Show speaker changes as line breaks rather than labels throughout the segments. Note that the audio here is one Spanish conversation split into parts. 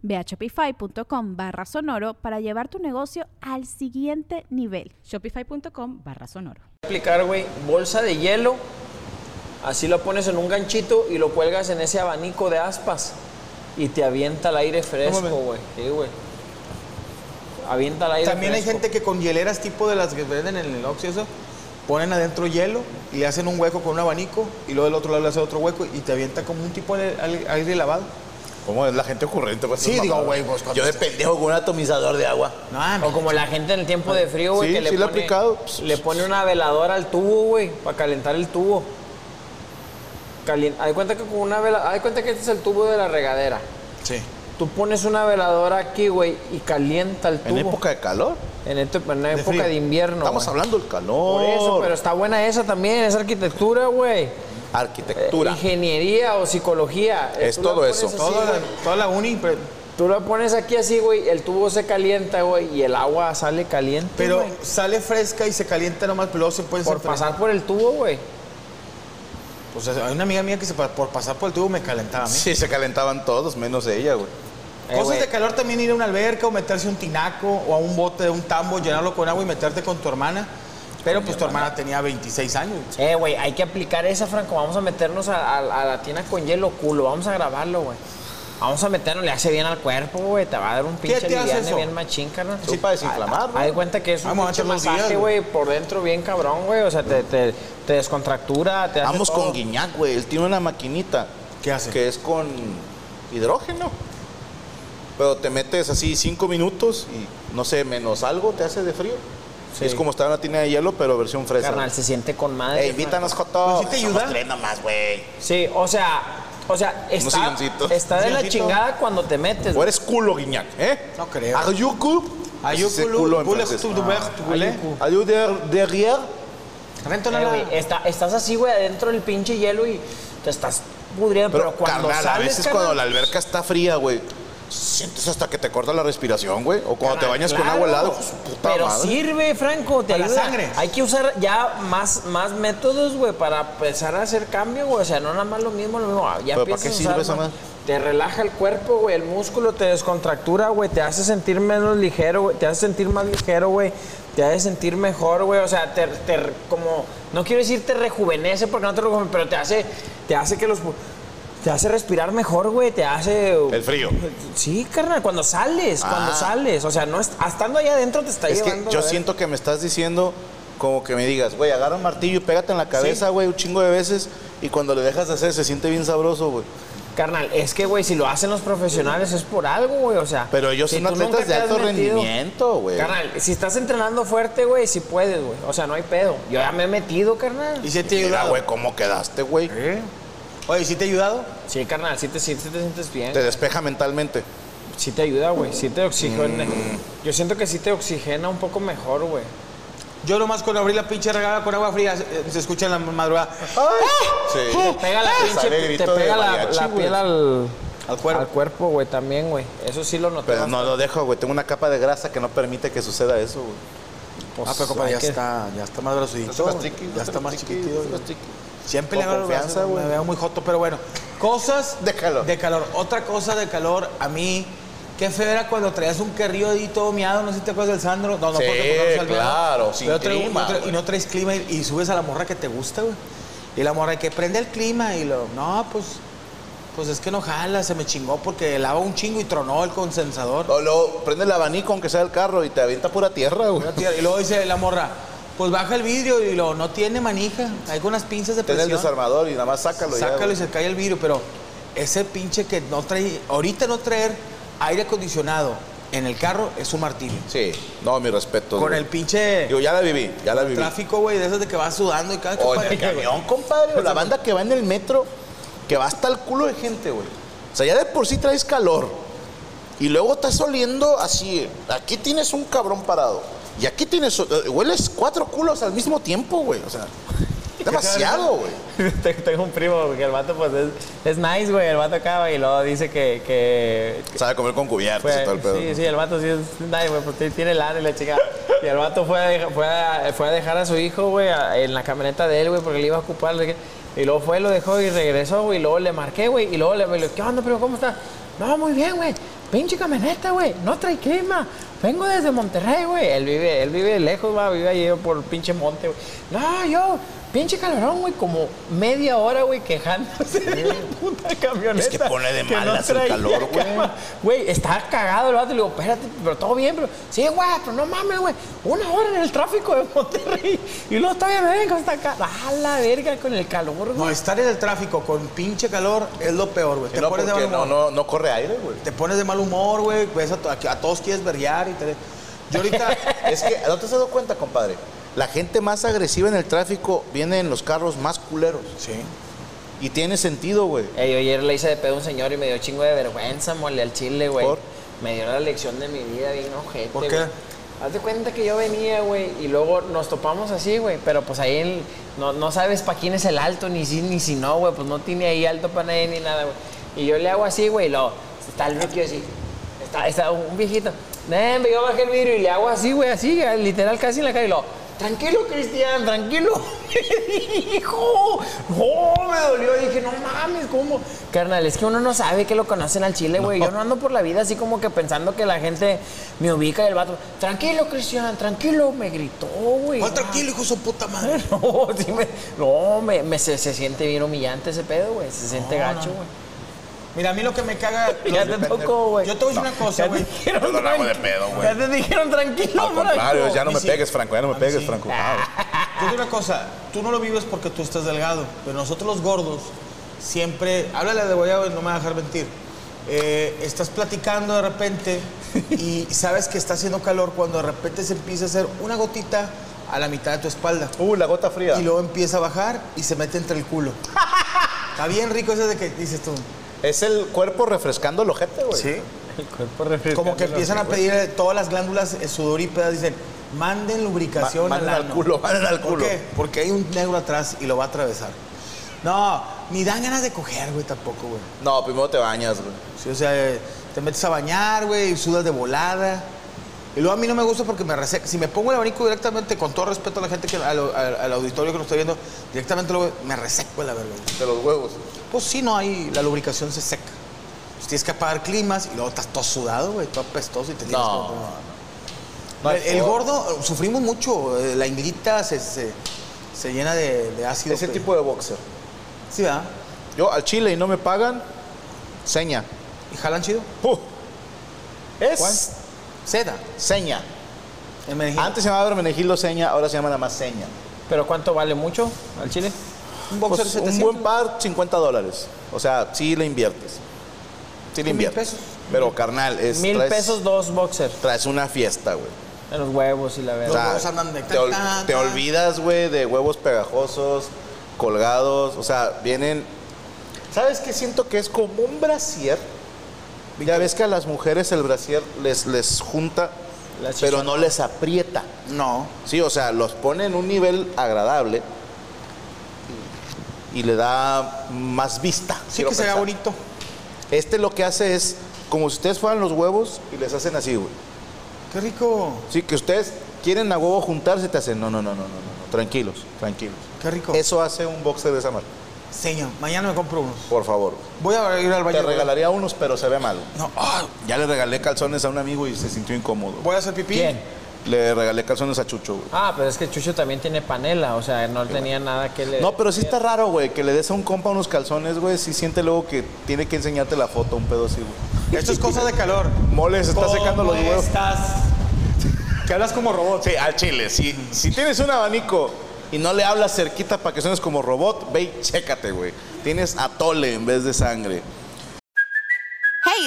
Ve a shopify.com barra sonoro para llevar tu negocio al siguiente nivel.
Shopify.com barra sonoro.
Explicar, güey, bolsa de hielo, así lo pones en un ganchito y lo cuelgas en ese abanico de aspas y te avienta el aire fresco,
Tómame.
güey. Sí, güey. Avienta el aire
También hay
fresco.
gente que con hieleras tipo de las que venden en el Oxxo y eso, ponen adentro hielo y le hacen un hueco con un abanico y luego del otro lado le hacen otro hueco y te avienta como un tipo de al- aire lavado.
¿Cómo es la gente ocurrente? con
Sí,
esas
digo,
mamadas?
güey, pues, cuando
Yo de
se-
pendejo con un atomizador de agua.
No,
O como la gente en el tiempo de frío, güey,
Sí,
que le,
sí lo he
pone,
aplicado.
le pone una veladora al tubo, güey, para calentar el tubo. Calien- Haz de cuenta que con una vela, haz de cuenta que este es el tubo de la regadera.
Sí.
Tú pones una veladora aquí, güey, y calienta el
En
tubo.
época de calor.
en esto- en una época
frío.
de invierno.
Estamos
güey.
hablando del calor.
Por eso, pero está buena esa también, esa arquitectura, güey.
Eh,
Arquitectura.
Ingeniería o psicología. Eh,
Es
tú la
todo
pones
eso.
así,
Toda, la,
güey.
toda la uni, pero,
Tú la pones aquí así, güey, el tubo se calienta, güey, y el agua sale caliente.
pero
güey,
sale fresca y se calienta nomás, pero luego se puede
por
enfriar.
pasar por el tubo, güey.
Pues hay una amiga mía que se, pa- por pasar por el tubo me calentaba a mí.
Sí, se calentaban todos, menos ella, güey.
Eh,
Cosas
güey.
de calor también ir a una alberca o meterse un tinaco o a un bote de un tambo, llenarlo con agua y meterte con tu hermana. Pero pues tu hermana tenía 26 años.
Eh, güey, hay que aplicar esa, Franco. Vamos a meternos a, a- a la tina con hielo culo. Vamos a grabarlo, güey. Vamos a meternos, le hace bien al cuerpo, güey. Te va a dar un pinche
¿Qué te hace
liviane
eso?
bien machín, carnal.
Sí, para desinflamar,
Ah,
¿no?
Haz de cuenta que es un
Vamos a
pinche
meternos
masaje,
días,
güey, por dentro bien cabrón, güey. O sea, te, te, te descontractura, te hace
Vamos
todo.
con Guiñac, güey. Él tiene una maquinita.
¿Qué hace?
Que es con hidrógeno. Pero te metes así cinco minutos y, no sé, menos algo te hace de frío.
Sí.
Es como estar en una tina de hielo, pero versión fresa.
Carnal, se siente con madre.
Ey, invítanos, Joto.
¿Sí te
Somos
ayuda?
tres nomás, güey.
Sí, o sea, o sea, está,
silloncitos.
está de la
Silloncito.
chingada cuando te metes.
O
güey.
eres culo, Guiñac, ¿eh?
No creo.
Ayucu. Ese
Ayúculo,
culo en
Ah, culo,
francés. Ah.
tu- tu- tu- tu-
Ayucu.
Ayú der- derrière.
Rento
Eh,
nada.
güey, está- estás así, güey, adentro del pinche hielo y te estás pudriendo. Pero,
Pero,
cuando
carnal,
sales,
a veces
carnal,
cuando la alberca está fría, güey, sientes hasta que te corta la respiración, güey. O cuando te bañas con
Claro,
agua helada, hijo de su puta
Pero
madre.
sirve, Franco, te
Para la
ayuda.
sangre.
Hay que usar ya más, más métodos, güey, para empezar a hacer cambio, güey. O sea, no nada más lo mismo, lo mismo. Ah, Ya
¿Pero para
empiezas
qué
a
sirve
usar
esa
más.
madre?
Te relaja el cuerpo, güey, el músculo te descontractura, güey, te hace sentir menos ligero, güey, te hace sentir más ligero, güey, te hace sentir mejor, güey, o sea, te, te re- como, no quiero decir te rejuvenece porque no te rejuvenece, pero te hace, te hace que los, pu- te hace respirar mejor, güey, te hace...
El frío.
Sí, carnal, cuando sales, cuando
Ah.
sales. O sea, no est- estando allá adentro te está
Es que
llevando. eh.
yo
a ver.
siento que me estás diciendo como que me digas, güey, agarra un martillo y pégate en la cabeza, güey, un chingo de veces. Y cuando lo dejas de hacer, se siente bien sabroso, güey.
Carnal, es que, güey, si lo hacen los profesionales es por algo, güey. O sea.
Pero ellos
si
son
tú nunca
atletas de
te has
alto
metido-
rendimiento, güey.
Carnal, si estás entrenando fuerte, güey, si puedes, güey. O sea, no hay pedo. Yo ya me he metido, carnal.
¿Y si te ha
Mira,
ayudado?
güey, cómo quedaste, güey.
¿Eh? Oye, ¿sí te ha ayudado?
Sí, carnal, si te, sí te- te sientes bien.
Te despeja mentalmente.
Sí te ayuda, güey. Sí te oxigena.
Mm.
Yo siento que sí te oxigena un poco mejor, güey.
Yo nomás con abrir la pinche regada con agua fría eh, se escucha en la madrugada
Sí.
Te pega la
Te
pinche-
sale
te
grito de
pega la,
mariachi,
la
güey.
piel al,
Al cuerpo.
al güey, también, güey. Eso sí lo noté.
Pero no lo dejo, güey. Tengo una capa de grasa que no permite que suceda eso, güey.
Pues,
ah, pero compadre,
hay
ya
que-
está, ya está más grosito. ya está más chiquitito. güey. Siempre
Con
le agarro
confianza,
confianza,
güey.
Me veo muy joto, pero bueno. Cosas
De calor.
De calor. Otra cosa de calor, a mí, qué feo era cuando traías un carrillo ahí todo miado, no sé si te acuerdas del Sandro. No, no,
Sí,
porque tocamos al miado.
claro, sin
Pero traigo-
clima,
no tra-
güey.
y no traes clima y, y subes a la morra que te gusta, güey. Y la morra que prende el clima y lo, no, pues, pues es que no jala, se me chingó porque lava un chingo y tronó el condensador.
O luego prende el abanico aunque sea el carro y te avienta pura tierra, güey.
Una tía- Y luego dice la morra, Pues baja el vidrio y lo no tiene manija. Hay unas pinzas de
Ten el
presión.
desarmador y nada más sácalo, ya,
Sácalo
güey.
y se cae el vidrio, pero ese pinche que no trae, ahorita no traer aire acondicionado en el carro es un martirio.
Sí, no, mi respeto.
Con el pinche
Digo, ya la viví, ya la Pues, viví.
tráfico, güey, de esas de que vas sudando y cada
O en
compadre,
el camión, compadre, o la banda que va en el metro, que va hasta el culo de gente, güey. O sea, ya de por sí traes calor. Y luego estás oliendo así. Aquí tienes un cabrón parado. Y aquí tienes. eh, Hueles cuatro culos al mismo tiempo, güey. O sea, demasiado, güey.
Te- Tengo un primo güey, que el vato pues es, es nice, güey. El vato acaba y luego dice que... que
Sabe comer con cubiertos
fue- sí, sí, el vato sí es nice, güey. Pues t- tiene lana y la chica. Y el vato fue a, dej- fue a- fue a dejar a su hijo, güey, a- en la camioneta de él, güey, porque le iba a ocupar. le dije- Y luego fue, lo dejó y regresó, güey. Y luego le marqué, güey. Y luego le dije, ¿qué onda, primo? ¿Cómo está? No, muy bien, güey. Pinche camioneta, güey. No trae clima. Vengo desde Monterrey, güey. Él vive, él vive lejos, va, vive allí por pinche monte, güey. No, yo, pinche calorón, güey, como media hora, güey, quejándose de la puta camioneta.
Es que pone de
que no
malas el
traía
calor, güey.
cama. Güey, está cagado el vato. Le digo, espérate, pero todo bien, pero. Sí, güey, pero no mames, güey. Una hora en el tráfico de Monterrey. Y luego todavía me vengo hasta acá. A la verga con el calor,
No,
güey.
estar en el tráfico con pinche calor es lo peor, güey. Te
No,
pones de
porque
mal
no,
humor.
no, no corre aire, güey.
Te pones de mal humor, güey. ves A, to- a- a todos quieres verguear y te. Yo ahorita.
Es que, ¿no te has dado cuenta, compadre? La gente más agresiva en el tráfico viene en los carros más culeros.
sí.
Y tiene sentido, güey.
Ey, Eh, yo ayer le hice de pedo a un señor y me dio chingo de vergüenza, mole, al chile, güey.
¿Por?
Me dio la lección de mi vida bien ojete,
¿Por qué?
güey. Haz de cuenta que yo venía, güey, y luego nos topamos así, güey, pero pues ahí el- no, no sabes para quién es el alto, ni si, ni si no, güey, pues no tiene ahí alto para nadie ni nada, güey. Y yo le hago así, güey, y luego está el rookie así, está, está un un viejito. Nen, yo bajé el vidrio y le hago así, güey, así, literal, casi en la cara, y luego, tranquilo, Cristian, tranquilo. Hijo, no, me dolió, dije, no mames, ¿cómo? Carnal, es que uno no sabe que lo conocen al chile, güey. Yo no ando por la vida así como que pensando que la gente me ubica y el vato, tranquilo, Cristian, tranquilo, me gritó, güey.
¿Cuál tranquilo, hijo de su puta madre?
No, sí me- no, me, me- se, se siente bien humillante ese pedo, güey. Se siente gacho, güey.
Mira, a mí lo que me caga.
Ya te tocó, güey.
Yo te voy a decir una cosa,
Ya te
güey.
dijeron,
Yo no la hago de
tranqui-
pedo, güey.
Ya te dijeron tranquilo,
Al contrario,
Franco.
ya no
Y
me
sí.
pegues, Franco, ya no me
A mí
pegues,
sí.
Franco. Ah,
Yo te digo una cosa, tú no lo vives porque tú estás delgado, pero nosotros los gordos siempre, háblale de guayabo y no me va a dejar mentir. Eh, estás platicando de repente y sabes que está haciendo calor cuando de repente se empieza a hacer una gotita a la mitad de tu espalda
Uh, la gota fría.
y luego empieza a bajar y se mete entre el culo. Está bien rico eso de que dices tú.
Es el cuerpo refrescando Pues, el ojete, güey. Sí.
El cuerpo refrescante,
Como que
la
empiezan a pedir eh, todas las glándulas eh, sudorípedas, dicen, manden lubricación
Manden al
ano".
culo, manden al
¿Por
culo.
qué? Porque hay un negro atrás y lo va a atravesar. No, ni dan ganas de coger, güey, tampoco, güey.
No, primero te bañas, güey.
Sí, o sea, eh, te metes a bañar, güey, y sudas de volada. Y luego a mí no me gusta porque me reseca. Si me pongo el abanico directamente, con todo respeto a la gente, que, al, al- al auditorio que nos está viendo, directamente luego me reseco la verga. güey.
De los huevos.
Pues sí, no, ahí la lubricación se seca. Pues tienes que apagar climas y luego estás todo sudado, güey, todo apestoso y te tienes
No.
que...
No hay
el, el
forma.
gordo, eh, sufrimos mucho. eh, La ingrita se, se, se llena de, de ácido.
Ese
pe-
tipo de boxer.
Sí, ¿verdad?
Yo al chile y no me pagan, seña.
¿Y jalan chido?
Uh. Es
¿Cuál? Seda.
seña.
En Medellín.
Antes se llamaba Hermenegildo Seña, ahora se llama nada más Seña.
¿Pero cuánto vale mucho al chile?
un boxer
Pues,
700.
un buen par, 50 dólares. O sea, sí le inviertes. Sí le
Mil
inviertes.
pesos.
Pero carnal, es.
Mil
traes-
pesos, dos boxers.
Traes una fiesta, güey.
En los huevos y la
O
verdad.
sea,
huevos andan de
te, ol-
tan, tan,
te
tan.
olvidas, güey, de huevos pegajosos, colgados. O sea, vienen. ¿Sabes qué siento que es como un brasier? Ya ves que a las mujeres el brasier les, les junta,
La chichona.
pero no les aprieta.
No.
Sí, o sea, los pone en un nivel agradable y le da más vista.
Sí
quiero
que se vea
pensar.
bonito.
Este lo que hace es como si ustedes fueran los huevos y les hacen así, güey.
Qué rico.
Sí, que ustedes quieren a huevo juntarse y te hacen, no, no, no, no, no, no, no, tranquilos, tranquilos.
Qué rico.
Eso hace un boxer de esa marca,
Señor, mañana me compro unos.
por favor.
Voy a ir al baño.
Te
güey.
regalaría unos, pero se ve mal.
No. ah,
Ya le regalé calzones a un amigo y se sintió incómodo. güey.
voy a hacer pipí.
¿Quién?
Le regalé calzones a Chucho, güey.
Ah, pero es que Chucho también tiene panela, o sea, no tenía nada que le...
No, pero sí está raro, güey, que le des a un compa unos calzones, güey, si siente luego que tiene que enseñarte la foto, un pedo así, güey.
Esto es cosa de calor.
Mole, se está secando los
¿Cómo
huevos.
estás?
Que hablas como robot.
Sí, al chile. Si, si tienes un abanico y no le hablas cerquita para que suenes como robot, ve y chécate, güey. Tienes atole en vez de sangre.
Hey,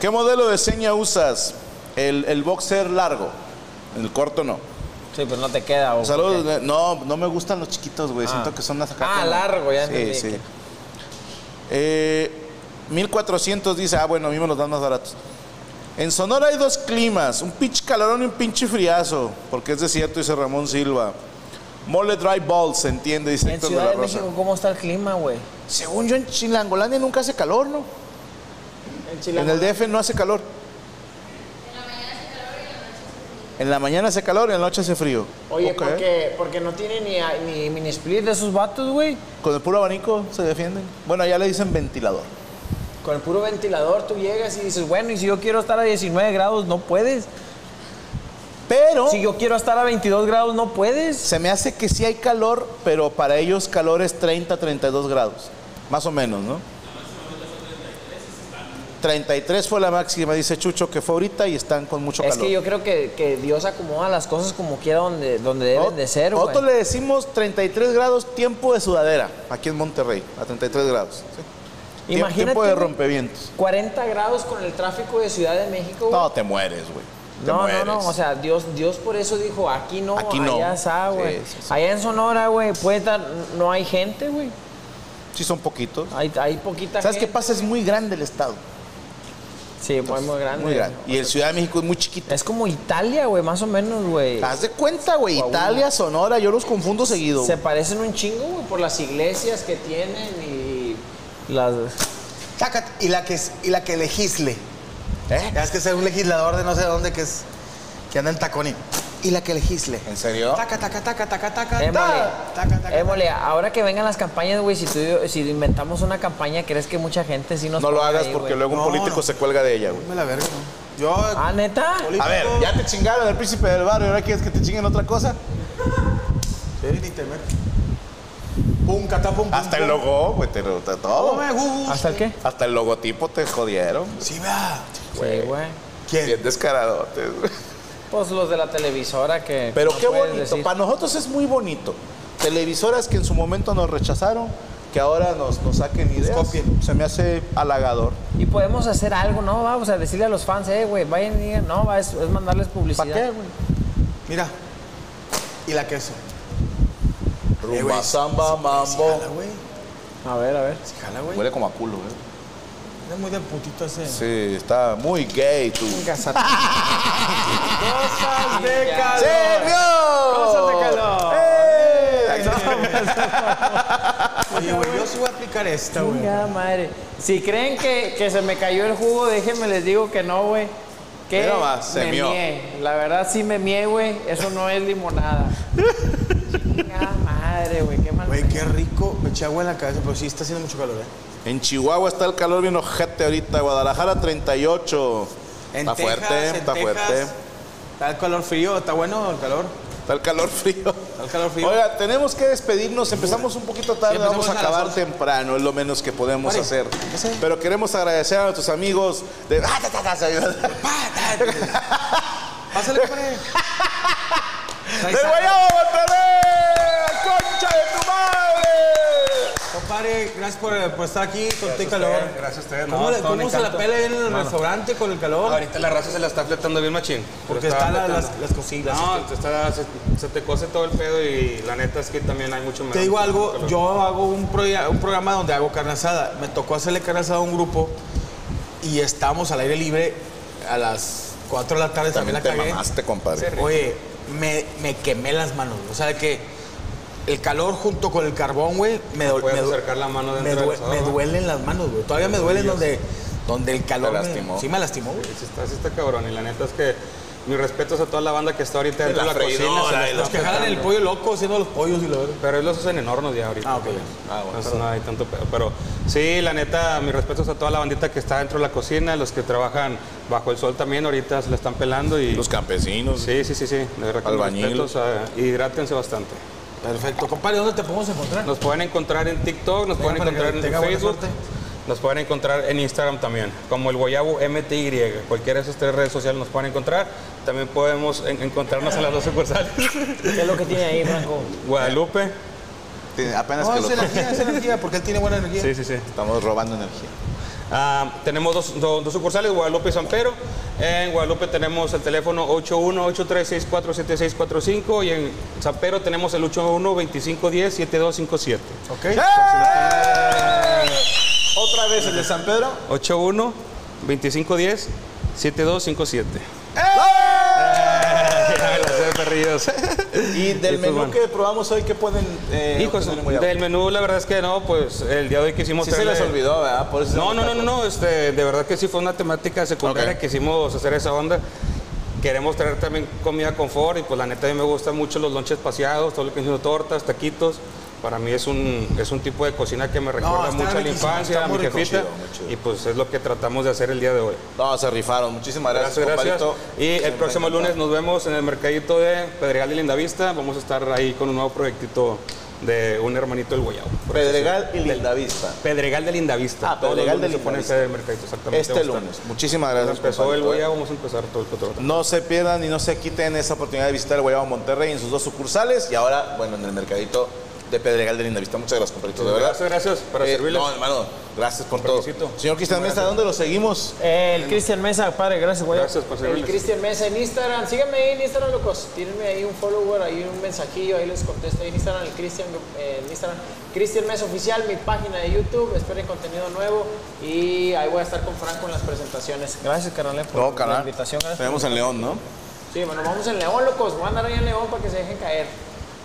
¿Qué modelo de seña usas? El, el boxer largo. El corto no.
Sí, pero no te queda. o-
Saludos. eh, No, no me gustan los chiquitos, güey. Siento que son las acá.
Ah,
como-
largo, ya
Sí,
entendí.
sí. Eh, 1400 dice, ah, bueno, a mí me los dan más baratos. En Sonora hay dos climas, un pinche calorón y un pinche friazo, porque es desierto, dice Ramón Silva. Mole dry balls, se entiende, dice
En
Héctor
Ciudad
de
de
la Rosa.
México, ¿cómo está el clima, güey?
Según yo, en Chilangolandia nunca hace calor, ¿no? En el DF no hace calor. En la mañana hace calor y en la noche hace frío.
Oye,
Ok.
porque, porque no tiene ni, ni mini split de esos vatos, güey.
Con el puro abanico se defienden. Bueno, allá le dicen ventilador.
Con el puro ventilador tú llegas y dices, bueno, y si yo quiero estar a 19 grados, no puedes.
Pero
Si yo quiero estar a 22 grados, no puedes.
se me hace que sí hay calor, pero para ellos calor es 30, 32 grados. Más o menos, ¿no? 33 fue la máxima, dice Chucho, que fue ahorita y están con mucho
Es
calor.
que yo creo que, que Dios acomoda las cosas como quiera donde, donde deben de ser, güey.
Nosotros le decimos 33 grados tiempo de sudadera, aquí en Monterrey, a 33 grados. ¿sí? Tie- Tiempo de
güey,
rompevientos.
40 grados con el tráfico de Ciudad de México, güey.
No, te mueres, güey.
No,
Te
no,
mueres.
no, o sea, Dios, Dios por eso dijo, aquí no,
Aquí no.
allá está, güey.
Sí, sí, sí.
Allá en Sonora, güey, puede estar, no hay gente, güey.
Sí son poquitos.
Hay, hay poquita
¿Sabes qué
gente.
pasa? Es muy grande el estado.
Sí, pues, muy grande.
Muy grande. Y el Ciudad de México es muy chiquito.
Es como Italia, güey, más o menos, güey.
Haz de cuenta, güey. Italia, Sonora, yo los confundo seguido.
Se
güey.
parecen un chingo, güey, por las iglesias que tienen y las...
Chácate. Y la que, es- y la que legisle.
¿Eh?
Ya es que ser un legislador de no sé dónde que es. Que anda en tacón y. Y la que legisle.
¿En serio?
Taca, taca, taca, taca, taca,
Émole,
ta. taca, taca.
émole, ahora que vengan las campañas, güey, si, tú y yo- si inventamos una campaña, ¿crees que mucha gente sí nos
No lo
ponga
hagas
ahí,
porque
güey?
luego un
No,
político
no.
se cuelga de ella, güey.
Me la verga, ¿no? Yo.
Ah, ¿neta?
político,
A ver, ya te chingaron el príncipe del barrio, ahora quieres que te chinguen otra cosa.
Sí, ni te metas. Pum, catá, pum, pum,
Hasta el
pum.
logo, güey, te te-
No
todo.
me gusta.
¿Hasta el qué?
Hasta el logotipo te jodieron.
Sí, va.
Pues.
Sí, güey.
Bien
¿Quién?
descaradotes, güey.
Pues los de la televisora que...
Pero
no
qué
puedes
bonito,
decir.
para nosotros es muy bonito. Televisoras que en su momento nos rechazaron, que ahora nos, nos saquen ideas.
copien.
Se me hace halagador.
Y podemos hacer algo, ¿no? Vamos a decirle a los fans, eh, güey, vayan y digan, no, va, es, es mandarles publicidad.
¿Para qué, güey?
Mira. Y la queso. Eh,
Rumba,
güey,
samba,
Sí,
mambo.
jala, güey.
A ver, a ver.
Sí, jala, güey.
Huele como a culo, güey.
Es muy de putito ese.
Sí, está muy gay tú. Ah,
Cosas de calor.
¡Serio!
Cosas de calor.
¡Eh!
Oye, güey, yo sí voy a aplicar esta, güey.
Chingada madre. Si creen que, que se me cayó el jugo, déjenme les digo que no, güey. Que
Mira más, se
me
mió.
mié. La verdad sí me mié, güey. Eso no es limonada. Chingada madre, güey. Qué mal.
Güey, qué rico. Me eché agua en la cabeza, pero sí está haciendo mucho calor, ¿eh?
En Chihuahua está el calor bien ojete ahorita. Guadalajara 38.
En
está
Texas,
fuerte,
en
está
Texas,
fuerte.
Está el calor frío, está bueno el calor.
Está el calor frío.
el calor frío.
Oiga, tenemos que despedirnos. Empezamos un poquito tarde,
Sí, empezamos
vamos a
a las
acabar
once.
temprano. Es lo menos que podemos
Vale.
hacer.
Ya sé.
Pero queremos agradecer a nuestros amigos de.
Pa, ta. Pásale, compadre. Ahí
¡Del
está.
Guayabo Monterrey! ¡Concha de tu madre!
Compadre, gracias por, por estar aquí con todo el calor.
gracias a ustedes, no,
¿Cómo, le-
todo un
cómo se la
encanto.
pela bien en el restaurante con el calor?
Ahorita la raza se la está fletando bien machín.
Porque
Se
están las,
fletando.
las, las cositas. este.
No, te está- se, se te cose todo el pedo y la neta es que también hay mucho
Te digo algo, yo hago un, proya- un programa donde hago carne asada. Me tocó hacerle carne asada a un grupo y estábamos al aire libre a las 4 de la tarde. También, la
También te
cagué.
mamaste, compadre.
Oye, me, me quemé las manos. O sea, que el calor junto con el carbón, güey, me, dol-
puedes
me dol-
acercar la mano
me,
dentro del
due-
asador,
me
¿no?
duelen las manos, güey. Todavía me duelen donde, donde el calor. me-
lastimó.
sí, me lastimó, güey.
Sí, sí está, sí está cabrón y la neta es que Mis respetos a toda la banda que está ahorita dentro de
la
la cocina.
freidora,
se la
de
está
la-
Que jalan el pollo loco haciendo los pollos y la verdad.
Pero ellos hacen en hornos ya ahorita. pues.
Ah, ok, ya.
Ah, bueno,
Entonces
perdón.
no hay tanto pedo. Pero sí, la neta, mis respetos a toda la bandita que está dentro de la cocina, los que trabajan bajo el sol también ahorita se la están pelando y...
Los campesinos.
Sí, sí, sí, sí. De verdad que mis
Albañil.
respetos. ah, hidrátense bastante.
Perfecto. Compadre, ¿dónde te podemos encontrar?
Nos pueden encontrar en TikTok, nos
Venga,
pueden
para que
encontrar en
tenga buena
Facebook.
suerte.
Nos pueden encontrar en Instagram también, como el Guayabo MTY. Cualquiera de esas tres redes sociales nos pueden encontrar. También podemos en- encontrarnos en las dos sucursales.
¿Qué es lo que tiene ahí, Franco?
Guadalupe.
Tiene- Apenas
No,
que
es
lo
energía, es energía, porque él tiene buena energía.
Sí, sí, sí.
Estamos robando energía.
Ah, tenemos dos, do- dos sucursales, Guadalupe y San Pedro. En Guadalupe tenemos el teléfono 81-8364-7645 y en San Pedro tenemos el 81-2510-7257.
Ok.
Otra vez el de San Pedro.
81-2510-7257. perrillos.
Y del
pues,
menú
bueno.
que probamos hoy, ¿qué pueden eh,
Hijos,
obtener en Guayabo?
del menú la verdad es que no, pues el día de hoy quisimos
Sí se
traerle-
les olvidó, ¿verdad? Por eso
No, no, no, no, no, este, de verdad que sí fue una temática secundaria
Ok.
que quisimos hacer esa onda. Queremos traer también comida confort y pues la neta a mí me gustan mucho los lonches paseados, todo lo que son tortas, taquitos. Para mí es un, es un tipo de cocina que me recuerda
está
mucho a la
riquísimo,
infancia,
está
a mi
muy rico,
jefita.
chido, muy chido.
Y pues es lo que tratamos de hacer el día de hoy.
No, se rifaron. Muchísimas gracias,
Gracias, gracias.
compadrito.
Y el
Siempre
próximo
encantado.
lunes nos vemos en el mercadito de Pedregal y Lindavista. Vamos a estar ahí con un nuevo proyectito de un hermanito del Guayabo.
Pedregal y Lindavista.
Pedregal de Lindavista.
Ah, Pedregal de
Todos los lunes se pone
Lindavista.
ese mercadito, exactamente.
Este
Vamos a estar.
lunes. Muchísimas gracias.
Empezó el
compadrito. ¿eh?
Guayabo, vamos a empezar todo el cotorreo.
No se pierdan y no se quiten esa oportunidad de visitar el Guayabo Monterrey en sus dos sucursales y ahora, bueno, en el mercadito de Pedregal de Lindavista. Muchas gracias, compadrito, de verdad.
Gracias, gracias, para
Eh,
servirles.
No, hermano, gracias por todo.
felicito.
Señor Cristian Mesa, ¿dónde lo seguimos?
El Cristian Mesa, padre, gracias, güey.
Gracias por
El
servirles.
Cristian Mesa en Instagram. Síganme ahí en Instagram, locos. Tírenme ahí un follower, ahí un mensajillo, ahí les contesto. Ahí en Instagram, el Cristian, eh, en Instagram. Cristian Mesa Oficial, mi página de YouTube. Esperen contenido nuevo. Y ahí voy a estar con Franco en las presentaciones. Gracias, carnal, por
No,
la
carnal.
invitación. gracias.
Tenemos en León, ¿no?
Sí, bueno, vamos en León, locos. Voy a andar ahí en León para que se dejen caer.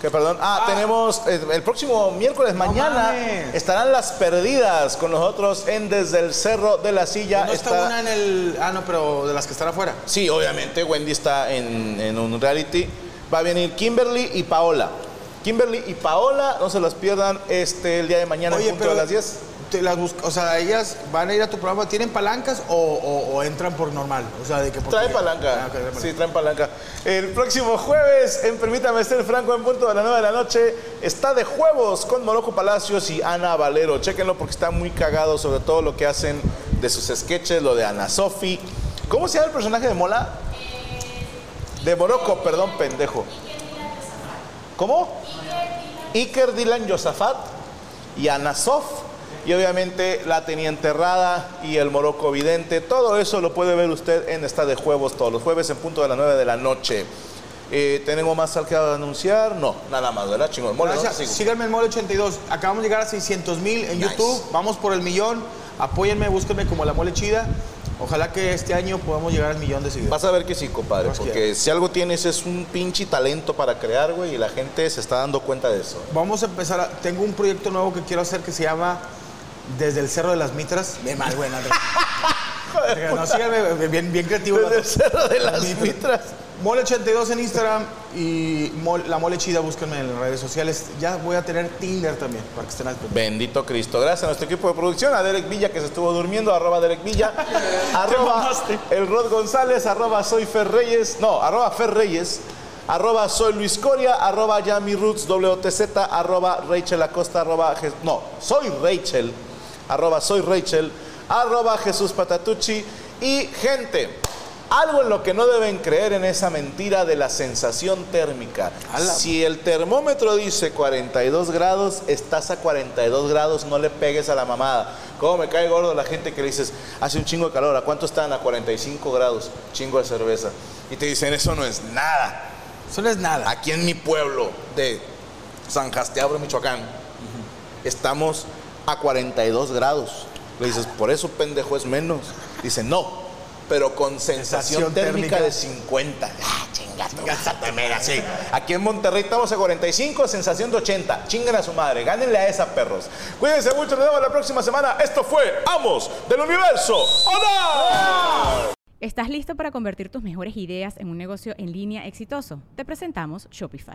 Que perdón. Ah, tenemos eh, el próximo miércoles mañana
mames.
estarán las perdidas con nosotros en Desde el Cerro de la Silla.
No está, una en el. Ah, no, pero de las que están afuera.
Sí, obviamente Wendy está en, en un reality. Va a venir Kimberly y Paola. Kimberly y Paola, no se las pierdan este el día de mañana en punto de las 10.
te las bus- o sea, ellas van a ir a tu programa, ¿tienen palancas o, o- o entran por normal? O sea, de que porque-
Trae
Ah,
palanca.
ok, trae palanca.
Sí, traen palanca. El próximo jueves, en Permítame ser Franco, en punto de las 9 de la noche, está de juegos con Moroco Palacios y Ana Valero. Chéquenlo porque está muy cagado sobre todo lo que hacen de sus sketches, lo de Ana Sofi. ¿Cómo se llama el personaje de Mola? De Moroco, perdón, pendejo. ¿Cómo? Iker Dylan Yosafat y Anasov. Y obviamente la Teniente Rada y el Moroco Vidente. Todo eso lo puede ver usted en Está de Juegos todos los jueves en punto de las 9 de la noche. Eh, ¿Tenemos más al que anunciar? No, nada más, ¿verdad, chingón? Mole,
Gracias.
¿dónde te sigo?
Síganme en Mole 82. Acabamos de llegar a 600 mil en
Nice.
YouTube. Vamos por el millón. Apóyenme, búsquenme como la mole chida. Ojalá que este año podamos llegar al millón de seguidores.
Vas a ver que sí, compadre,
Más
porque
quiero.
si algo tienes es un pinche talento para crear, güey, y la gente se está dando cuenta de eso.
Vamos a empezar. a- tengo un proyecto nuevo que quiero hacer que se llama Desde el Cerro de las Mitras. De mal, buena. no, síganme, bien, bien creativo. el
Desde
vato.
el cerro de las
Mitras.
mitras.
Mole82 en Instagram y Mol- la mole chida, búsquenme en las redes sociales. Ya voy a tener Tinder también, para que estén al pendiente.
Bendito Cristo. Gracias a nuestro equipo de producción, a Derek Villa que se estuvo durmiendo, arroba Derek Villa, arroba el Rod González, arroba soy Fer Reyes, no, arroba Fer Reyes, arroba soy Luis Coria, arroba Yami Roots WTZ, arroba Rachel Acosta, arroba, Je- no, soy Rachel, arroba soy Rachel, arroba Jesús Patatucci y gente. Algo en lo que no deben creer en esa mentira de la sensación térmica. Si el termómetro dice 42 grados, estás a 42 grados, no le pegues a la mamada. ¿Cómo me cae gordo la gente que le dices, hace un chingo de calor, ¿a cuánto están? A 45 grados, chingo de cerveza. Y te dicen, eso no es nada.
Eso no es nada.
Aquí en mi pueblo de San Jasteabro, Michoacán, estamos a 42 grados. Le dices, por eso pendejo es menos. Dice, no, pero con sensación,
Sensación
térmica,
térmica.
de 50. Ah, chinga, tu madre, mira, sí. Aquí en Monterrey estamos a 45, sensación de 80. Chingan a su madre, gánenle a esa, perros. Cuídense mucho, nos vemos la próxima semana. Esto fue Amos del Universo. ¡Hola!
¿Estás listo para convertir tus mejores ideas en un negocio en línea exitoso? Te presentamos Shopify.